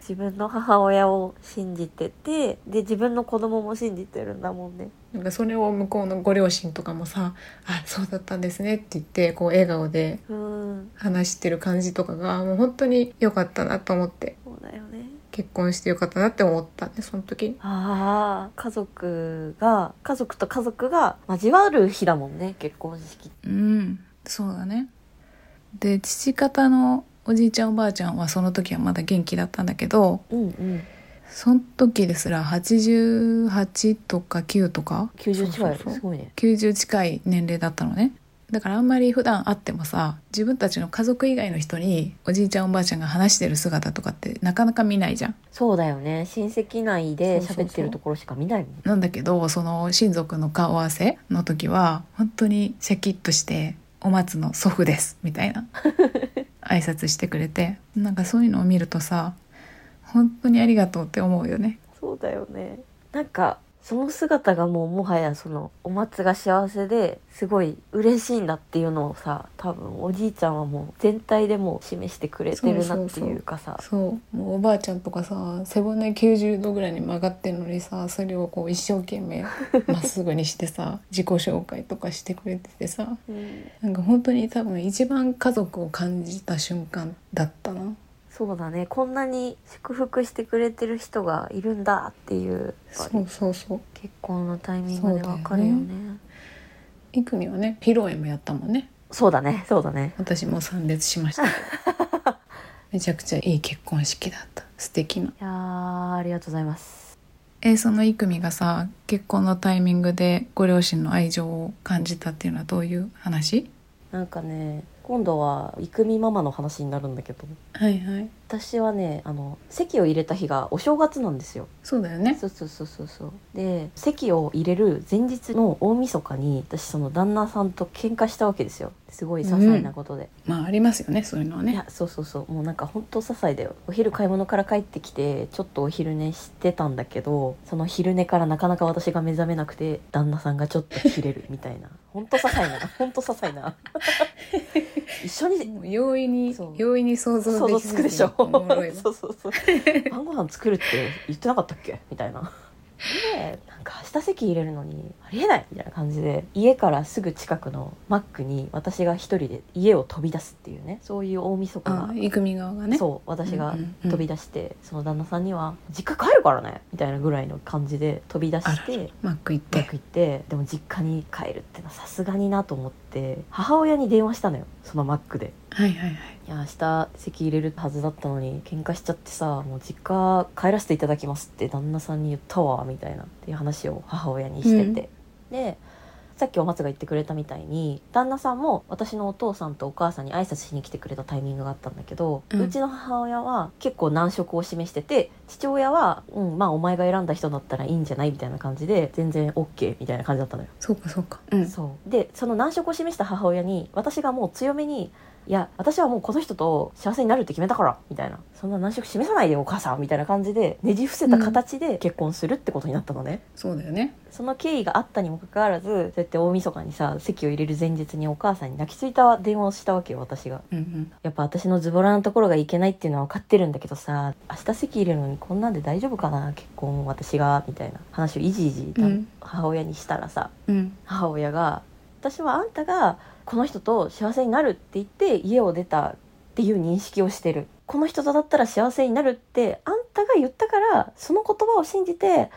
自分の母親を信じててで自分の子供も信じてるんだもんね
なんかそれを向こうのご両親とかもさ「あそうだったんですね」って言ってこう笑顔で
うん
話してる感じとかがもう本当に良かったなと思って
そうだよね
結婚してよかったなって思ったねその時
ああ家族が家族と家族が交わる日だもんね結婚式
うんそうだねで父方のおじいちゃんおばあちゃんはその時はまだ元気だったんだけど
うんうん
その時ですら88とか9とか
90近い
そうそうそう
すごいね
90近い年齢だったのねだからあんまり普段会ってもさ自分たちの家族以外の人におじいちゃんおばあちゃんが話してる姿とかってなかなか見ないじゃん
そうだよね親戚内で
そうそうそう
喋ってるところしか見ないもん
なんだけどその親族の顔合わせの時は本当にシャキッとして「お松の祖父です」みたいな挨拶してくれてなんかそういうのを見るとさ本当にありがとうって思うよね。
そうだよねなんかその姿がもうもはやそのお松が幸せですごい嬉しいんだっていうのをさ多分おじいちゃんはもう全体でもう示してくれてるなっていうかさ
そうもうおばあちゃんとかさ背骨90度ぐらいに曲がってるのにさそれをこう一生懸 命まっすぐにしてさ自己紹介とかしてくれててさ
うん
なんか本当に多分一番家族を感じた瞬間だったな。
そうだねこんなに祝福してくれてる人がいるんだっていう
そうそうそう
結婚のタイミングでわかるよ
そうだ
ね
いくにはね披露宴もやったもんね
そうだねそうだね
私も参列し ましためちゃくちゃいい結婚式だった素敵ない
やーありがとうございます
えーそのいくみがさ結婚のタイミングでご両親の愛情を感じたっていうのはどういう話
なんかね今度は育美ママの話になるんだけど
はいはい
私はねあの席を入れた日がお正月なんですよ
そうだよね
そうそうそうそうそうで席を入れる前日の大晦日に私その旦那さんと喧嘩したわけですよすごい些細なことで、
まあありますよねそういうのはいね
やそうそうそうもうなんかほんと些細だよお昼買い物から帰ってきてちょっとお昼寝してたんだけどその昼寝からなかなか私が目覚めなくて旦那さんがちょっと切れるみた いなほんと些細なほんと些細な一緒に
もう容易に
そう
容易に想像
想
で
像
き
つくでしょ
おもろい わ
そうそうそう晩ご飯作るって言ってなかったっけみたいなでなんか明日席入れるのにありえないみたいな感じで家からすぐ近くのマックに私が一人で家を飛び出すっていうねそういう大晦日
あ
が
あイクミ側がね
そう私が
うんうんうん
飛び出して、その旦那さんには「実家帰るからね」みたいなぐらいの感じで飛び出して
あららマック行っ
バ
て
ック行ってでも実家に帰るってのはさすがになと思って母親に電話したのよそのマックで。
はいはいはい
いや明日席入れるはずだったのに喧嘩しちゃってさもう実家帰らせていただきますって旦那さんに言ったわみたいなっていう話を母親にしてて、でさっきお松が言ってくれたみたいに旦那さんも私のお父さんとお母さんに挨拶しに来てくれたタイミングがあったんだけど、
う
うんちの母親は結構難色を示してて父親は、うん、まあお前が選んだ人だったらいいんじゃないみたいな感じで全然 OK みたいな感じだったのよ。
そうかそうかうん
そうでその難色を示した母親に私がもう強めに「いや私はもうこの人と幸せになるって決めたから」みたいな「そんな難色示さないでよお母さん」みたいな感じでねじ伏せた形で結婚するってことになったのね、
そうだよね
その経緯があったにもかかわらずそうやって大晦日にさ席を入れる前日にお母さんに泣きついた電話をしたわけよ私が
うんうん
やっぱ私のズボラなところがいけないっていうのは分かってるんだけどさ明日席入れるのにこんなんで大丈夫かな結婚私がみたいな話をいじいじ
うん
母親にしたらさ、
うん
母親が「私はあんたがこの人と幸せになるって言って家を出たっていう認識をしてる」「この人とだったら幸せになるってあんたが言ったからその言葉を信じて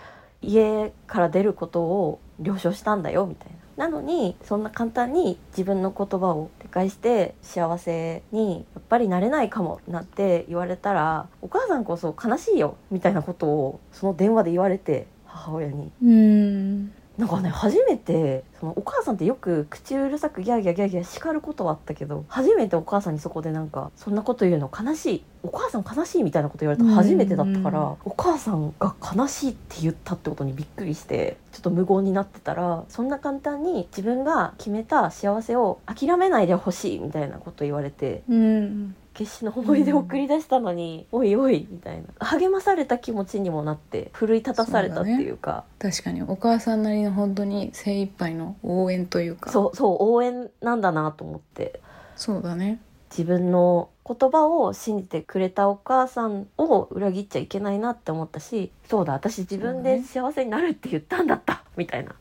家から出ることを了承したんだよ」みたいな。なのにそんな簡単に自分の言葉を撤回して幸せにやっぱりなれないかもなんて言われたらお母さんこそ悲しいよみたいなことをその電話で言われて母親に
うん
なんかね初めてそのお母さんってよく口うるさくギャーギャーギャーギャー叱ることはあったけど初めてお母さんにそこでなんかそんなこと言うの悲しいお母さん悲しいみたいなこと言われたの初めてだったから
うん
お母さんが悲しいって言ったってことにびっくりしてちょっと無言になってたらそんな簡単に自分が決めた幸せを諦めないでほしいみたいなこと言われて
うん
決死の思い出を送り出したのに、おいおいみたいな励まされた気持ちにもなって奮い立たされたっていうか。
確かにお母さんなりの本当に精一杯の応援というか
そうそう応援なんだなと思って
そうだね
自分の言葉を信じてくれたお母さんを裏切っちゃいけないなって思ったしそうだ私自分で幸せになるって言ったんだったみたいな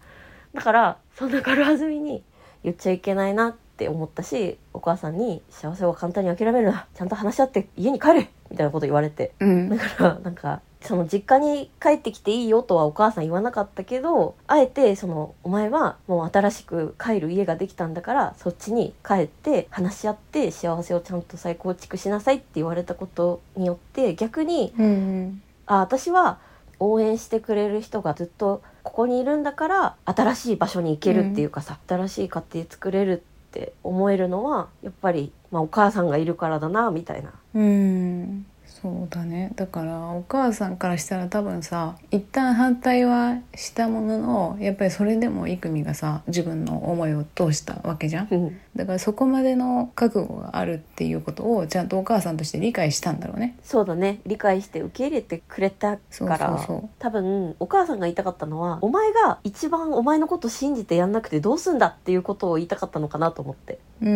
だからそんな軽はずみに言っちゃいけないなって思ったしお母さんに幸せを簡単に諦めるなちゃんと話し合って家に帰れみたいなこと言われて
うん
だからなんかその実家に帰ってきていいよとはお母さん言わなかったけどあえてそのお前はもう新しく帰る家ができたんだからそっちに帰って話し合って幸せをちゃんと再構築しなさいって言われたことによって逆に
うん
あ私は応援してくれる人がずっとここにいるんだから新しい場所に行けるっていうかさ、新しい家庭作れるって思えるのはやっぱり、まあ、お母さんがいるからだなみたいな。
うんそうだねだからお母さんからしたら多分さ一旦反対はしたもののやっぱりそれでもイクミがさ自分の思いを通したわけじゃん
うん
だからそこまでの覚悟があるっていうことをちゃんとお母さんとして理解したんだろうね
そうだね理解して受け入れてくれた
そう
から
そうそう
多分お母さんが言いたかったのはお前が一番お前のこと信じてやんなくてどうすんだっていうことを言いたかったのかなと思って
うんうん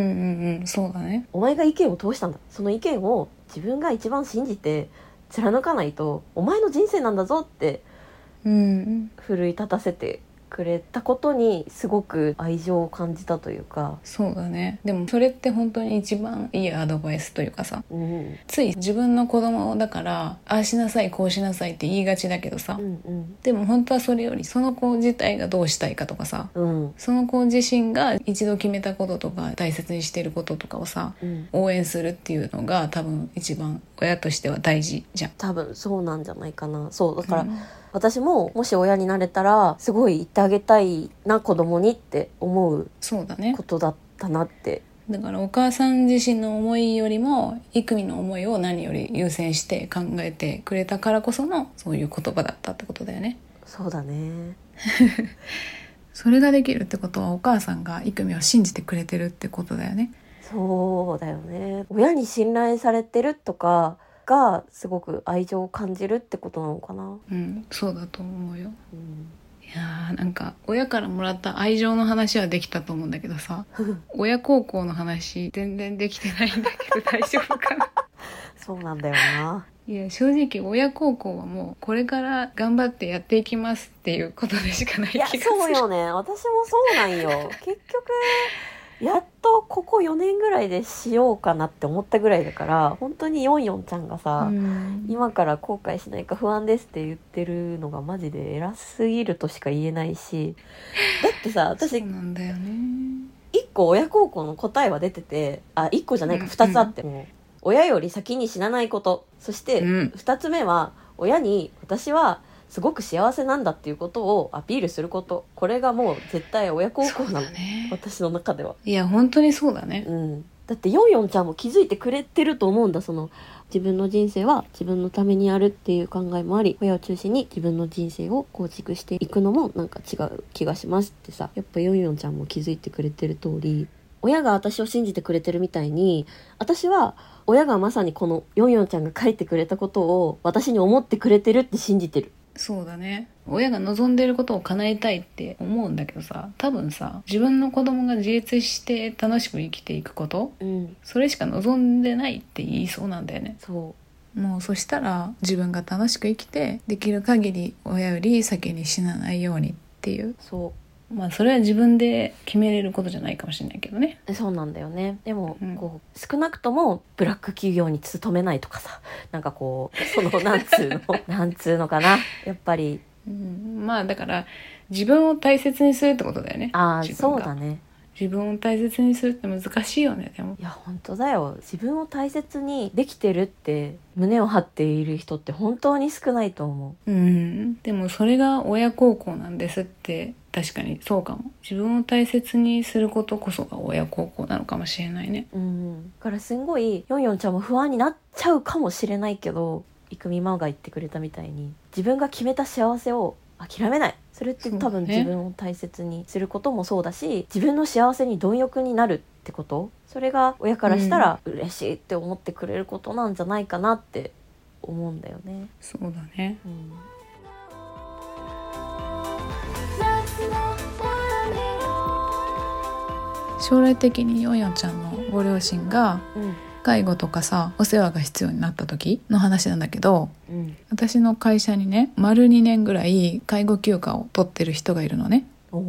うんそうだね
お前が意見を通したんだその意見を自分が一番信じて貫かないとお前の人生なんだぞって
うん
奮い立たせてくれたことにすごく愛情を感じたというか、
そうだねでもそれって本当に一番いいアドバイスというかさ
うん、うん
つい自分の子供だからああしなさいこうしなさいって言いがちだけどさ
うん
でも本当はそれよりその子自体がどうしたいかとかさ
うん
その子自身が一度決めたこととか大切にしてることとかをさ
うん
応援するっていうのが多分一番親としては大事じゃん。
多分そうなんじゃないかなそうだ
だ
から私ももし親になれたらすごい言ってあげたいな子供にって思う
そうだね
ことだったなって
だからお母さん自身の思いよりも育美の思いを何より優先して考えてくれたからこそのそういう言葉だったってことだよね
そうだね
それができるってことはお母さんが育美を信じてくれてるってことだよね
そうだよね親に信頼されてるとかがすごく愛情を感じるってことなのかな、
うんそうだと思うよ
うん、
いやーなんか親からもらった愛情の話はできたと思うんだけど さ親孝行の話全然できてないんだけど大丈夫か な
そうなんだよ ない
や正直親孝行はもうこれから頑張ってやっていきますっていうことでしかない
い
気
や
がする
そうよね私もそうなん よ結局やっとここ4年ぐらいでしようかなって思ったぐらいだから本当にヨンヨンちゃんがさ、
うん
今から後悔しないか不安ですって言ってるのがマジで偉すぎるとしか言えない しだってさ
そう
私
なんだよね
1個親孝行の答えは出ててあ1個じゃないか
うん
2つあっても、親より先に死なないことそして
うん
2つ目は親に私はすごく幸せなんだっていうことをアピールすることこれがもう絶対親孝行なの、
そうだね
私の中では。
いや本当にそうだね
うん、だってヨンヨンちゃんも気づいてくれてると思うんだその自分の人生は自分のためにやるっていう考えもあり親を中心に自分の人生を構築していくのもなんか違う気がしますってさやっぱヨンヨンちゃんも気づいてくれてる通り親が私を信じてくれてるみたいに私は親がまさにこのヨンヨンちゃんが書いてくれたことを私に思ってくれてるって信じてる
そうだね親が望んでることを叶えたいって思うんだけどさ多分さ自分の子供が自立して楽しく生きていくこと
うん
それしか望んでないって言いそうなんだよね
そ
もうそしたら自分が楽しく生きてできる限り親より先に死なないようにっていう
うそう
まあそれは自分で決めれることじゃないかもしれないけどね
そうなんだよねでも、
うん
こう少なくともブラック企業に勤めないとかさなんかこうその なんつうのなんつうのかなやっぱり
うんまあだから自分を大切にするってことだよね
ああ
自分
そう
が
だね
自分を大切にするって難しいよねでも
いや本当だよ自分を大切にできてるって胸を張っている人って本当に少ないと思
うんでもそれが親孝行なんですって確かにそうかも自分を大切にすることこそが親孝行なのかもしれないね
ううんだからすんごいヨンヨンちゃんも不安になっちゃうかもしれないけど育美ママが言ってくれたみたいに自分が決めた幸せを諦めないそれって多分
そうね
自分を大切にすることもそうだし、自分の幸せに貪欲になるってことそれが親からしたら嬉しいって思ってくれることなんじゃないかなって思うんだよね。
そうだね
うん
夏の雨
将来的にヨンヨンちゃんのご両親が
うん
介護とかさお世話が必要になった時の話なんだけど
うん
私の会社にね丸2年ぐらい介護休暇を取ってる人がいるのね
おう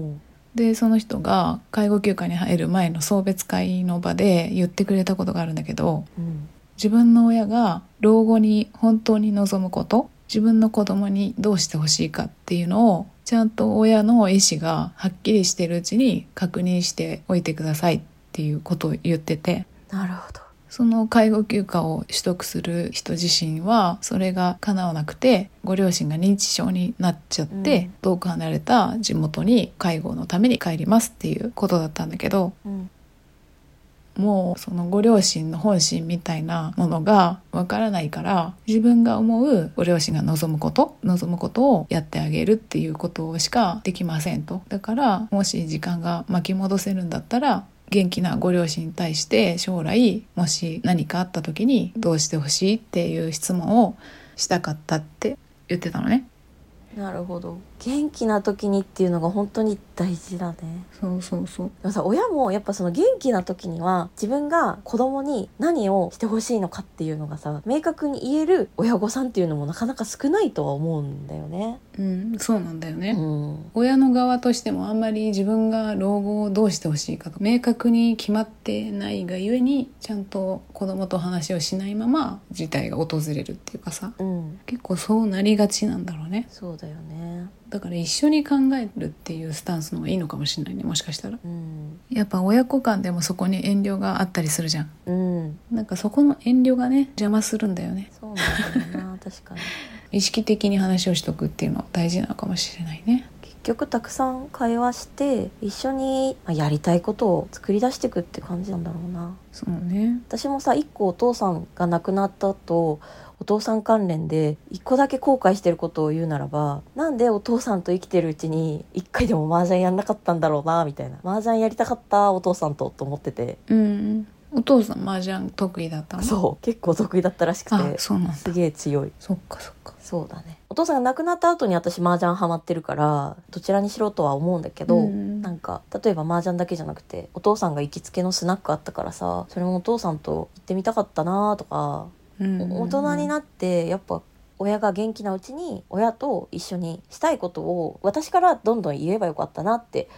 でその人が介護休暇に入る前の送別会の場で言ってくれたことがあるんだけど
うん
自分の親が老後に本当に望むこと自分の子供にどうしてほしいかっていうのをちゃんと親の意思がはっきりしてるうちに確認しておいてくださいっていうことを言ってて
なるほど。
その介護休暇を取得する人自身はそれが叶わなくてご両親が認知症になっちゃって、
うん
遠く離れた地元に介護のために帰りますっていうことだったんだけど
うん
もうそのご両親の本心みたいなものがわからないから自分が思うご両親が望むこと望むことをやってあげるっていうことしかできませんとだからもし時間が巻き戻せるんだったら元気なご両親に対して将来もし何かあった時にどうしてほしいっていう質問をしたかったって言ってたのね
なるほど元気な時にっていうのが本当に大事だね
そうそうそう
でもさ親もやっぱその元気な時には自分が子供に何をしてほしいのかっていうのがさ明確に言える親御さんっていうのもなかなか少ないとは思うんだよね。
うんそうなんだよね、
うん、
親の側としてもあんまり自分が老後をどうしてほしいかと明確に決まってないがゆえにちゃんと子供と話をしないまま事態が訪れるっていうかさ
うん、
結構そうなりがちなんだろうね
そうだよね。
だから一緒に考えるっていうスタンスの方がいいのかもしれないねもしかしたら
うん、
やっぱ親子間でもそこに遠慮があったりするじゃん
うん、
なんかそこの遠慮がね邪魔するんだよね
そうなんだよな確かに。
意識的に話をしとくっていうのは大事なのかもしれないね
結局たくさん会話して一緒にまあやりたいことを作り出していくって感じなんだろうな
そうね
私もさ一個お父さんが亡くなった後お父さん関連で一個だけ後悔してることを言うならばなんでお父さんと生きてるうちに一回でも麻雀やんなかったんだろうなみたいな麻雀やりたかったお父さんとと思ってて
うんお父さん麻雀得意だったの
そう結構得意だったらしく
あ
て
そうなんだ
すげえ強い
そっかそっか
そうだねお父さんが亡くなった後に私麻雀ハマってるからどちらにしろとは思うんだけど、
うん
なんか例えば麻雀だけじゃなくてお父さんが行きつけのスナックあったからさそれもお父さんと行ってみたかったなとかお大人に
っ
なってやっぱ親が元気なうちに親と一緒にしたいことを私からどんどん言えばよかったなって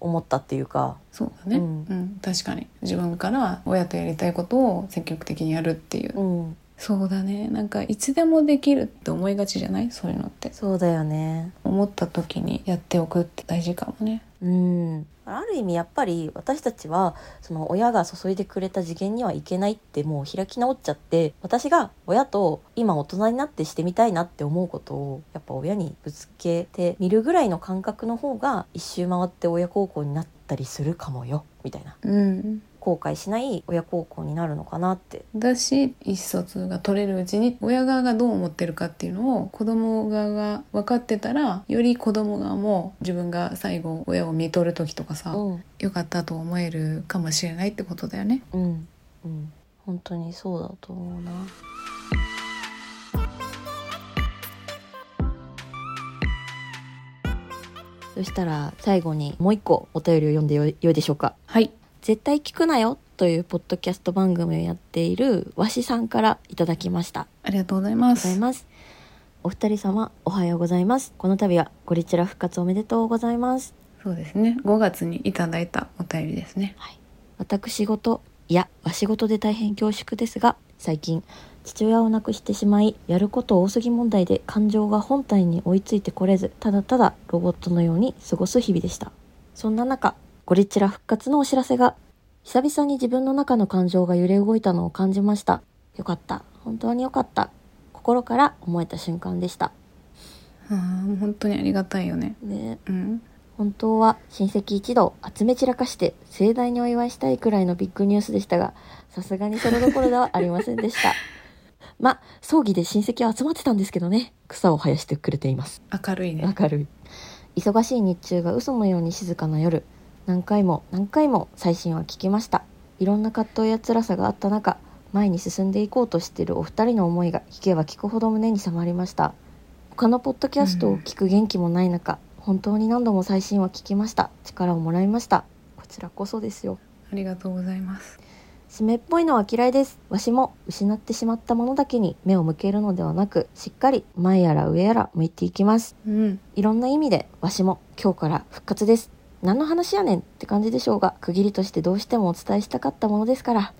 思ったっていうか
そうだね、う
うんん
確かに自分から親とやりたいことを積極的にやるっていう、
うん
そうだねなんかいつでもできるって思いがちじゃないそういうのって
そうだよね
思った時にやっておくって大事かもね
うんある意味やっぱり私たちはその親が注いでくれた次元にはいけないってもう開き直っちゃって私が親と今大人になってしてみたいなって思うことをやっぱ親にぶつけてみるぐらいの感覚の方が一周回って親孝行になったりするかもよみたいな
うん
後悔しない親孝行になるのかなって
だし意思疎通が取れるうちに親側がどう思ってるかっていうのを子供側が分かってたらより子供側も自分が最後親を見とる時とかさ、
うん
よかったと思えるかもしれないってことだよね
うんうん本当にそうだと思うなそしたら最後にもう一個お便りを読んでよよいでしょうか
はい
絶対聞くなよというポッドキャスト番組をやっているわしさんからいただきました
ありがとうございま
ござい
す
ます。お二人様おはようございます。この度はゴリチラ復活おめでとうございます。
そうですね5月にいただいたお便りですね
私事いやわし事で大変恐縮ですが最近父親を亡くしてしまいやること多すぎ問題で感情が本体に追いついてこれずただただロボットのように過ごす日々でしたそんな中ゴリチラ復活のお知らせが久々に自分の中の感情が揺れ動いたのを感じましたよかった本当によかった心から思えた瞬間でした
あー本当にありがたいよね
ね
うん
本当は親戚一同集め散らかして盛大にお祝いしたいくらいのビッグニュースでしたがさすがにそれどころではありませんでした ま葬儀で親戚は集まってたんですけどね草を生やしてくれています
明るいね
明るい忙しい日中が嘘のように静かな夜何回も何回も最新は聞きましたいろんな葛藤や辛さがあった中前に進んでいこうとしているお二人の思いが聞けば聞くほど胸に迫りました他のポッドキャストを聞く元気もない中、本当に何度も最新は聞きました力をもらいましたこちらこそですよ
ありがとうございます
締めっぽいのは嫌いですわしも失ってしまったものだけに目を向けるのではなくしっかり前やら上やら向いていきます
うん
いろんな意味でわしも今日から復活です何の話やねんって感じでしょうが区切りとしてどうしてもお伝えしたかったものですから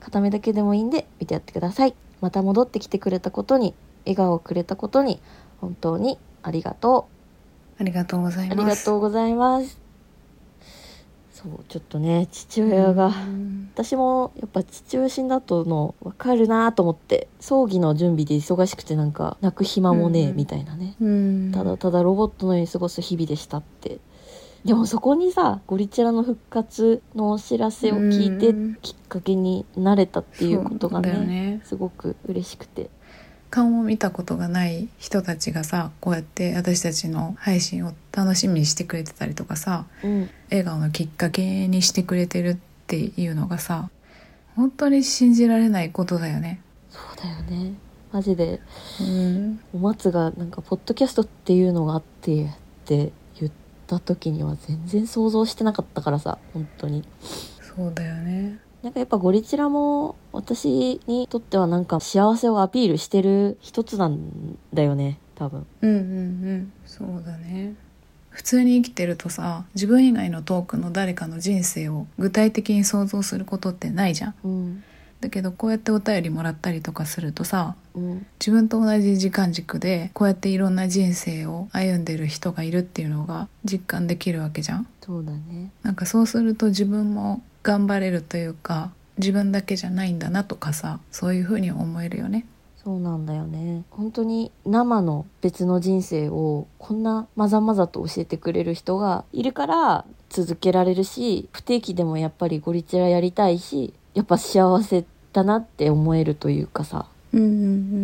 片目だけでもいいんで見てやってくださいまた戻ってきてくれたことに笑顔をくれたことに本当にありがと
ありがとうございうま
あ
す
りがとうございますそうちょっとね父親が、
うん
私もやっぱ父親死んだ後の分かるなと思って葬儀の準備で忙しくてなんか泣く暇もね
うん
え
うん
みたいなね、
うん
ただただロボットのように過ごす日々でしたってでもそこにさゴリチラの復活のお知らせを聞いて
うん
きっかけになれたっていうことが
そうだよ
ね
ね
すごく嬉しくて
顔を見たことがない人たちがさこうやって私たちの配信を楽しみにしてくれてたりとかさ
うん
笑顔のきっかけにしてくれてるっていうのがさ本当に信じられないことだよね。
そうだよねマジで
うん、
お松がなんかポッドキャストっていうのがあってって言った時には全然想像してなかったからさ本当に
そうだよね。
なんかやっぱゴリチラも私にとってはなんか幸せをアピールしてる一つなんだよね多分
うんうんうん、そうだね。普通に生きてるとさ自分以外のトークの誰かの人生を具体的に想像することってないじゃん。
うん
だけどこうやってお便りもらったりとかするとさ
うん
自分と同じ時間軸でこうやっていろんな人生を歩んでる人がいるっていうのが実感できるわけじゃん。
そうだね
なんかそうすると自分も頑張れるというか自分だけじゃないんだなとかさそういうふうに思えるよね。
そうなんだよね本当に生の別の人生をこんなまざまざと教えてくれる人がいるから続けられるし不定期でもやっぱりゴリチラやりたいしやっぱ幸せだなって思えるというかさ
うんう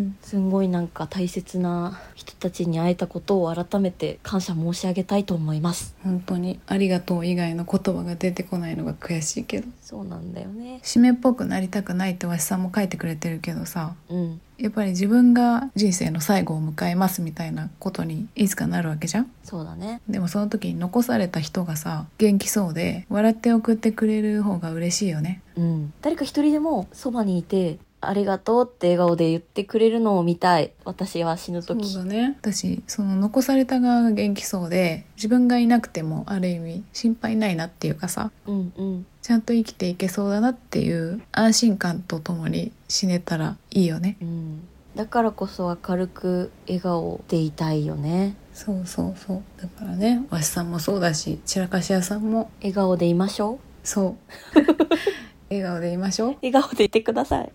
ん
すんごいなんか大切な人たちに会えたことを改めて感謝申し上げたいと思います
本当にありがとう以外の言葉が出てこないのが悔しいけど
そうなんだよね
締めっぽくなりたくないってわしさんも書いてくれてるけどさ
うん
やっぱり自分が人生の最後を迎えますみたいなことにいつかなるわけじゃん
そうだね
でもその時に残された人がさ元気そうで笑って送ってくれる方が嬉しいよね
うん誰か一人でもそばにいてありがとうって笑顔で言ってくれるのを見たい私は死ぬ時
ね私その残された側が元気そうで自分がいなくてもある意味心配ないなっていうかさ
うんうん
ちゃんと生きていけそうだなっていう安心感とともに死ねたらいいよね
うんだからこそ明るく笑顔でいたいよね
そうそうそうだからねわしさんもそうだし散らかし屋さんも
笑顔でいましょう
そう 笑顔でいましょう
笑顔でいてくださ い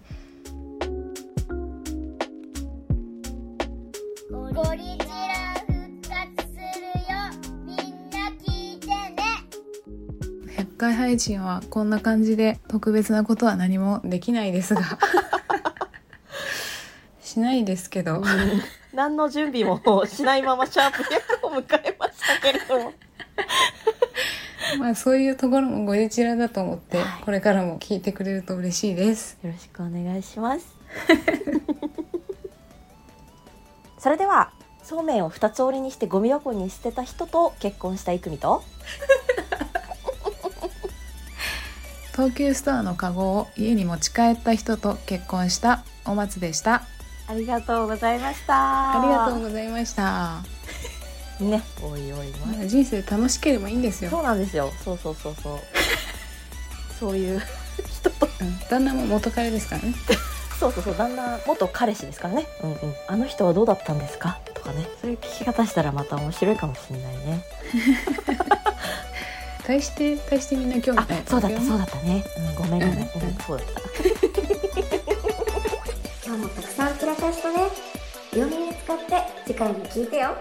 ゴリチラ復活するよみんな聞いてね
100回配信はこんな感じで特別なことは何もできないで すがしないですけど
何の準備もしないままシャープ100を迎えましたけれども
まあそういうところもごちらだと思って
はい
これからも聞いてくれると嬉しいです
よろしくお願いします それではそうめんを二つ折りにしてゴミ箱に捨てた人と結婚したい組と
東急ストアのカゴを家に持ち帰った人と結婚したお松でした
ありがとうございました
ありがとうございました
うねおいおい
まあ人生楽しければいいんです
そ
よ、
うなんですよそうそうそう そうそういう人と
うん、旦那も元彼ですからね
そうそうそう旦那元彼氏ですからねうんうんあの人はどうだったんですかとかねそういう聞き方したらまた面白いかもしれないね
大して大してみんな興
あ
味ない、
そうだった、そう
だ
だったね。うん、ごめん、ごめん、う
うん
んそうだった。
今日もたくさん散らかしたね両耳使って次回も聞いてよ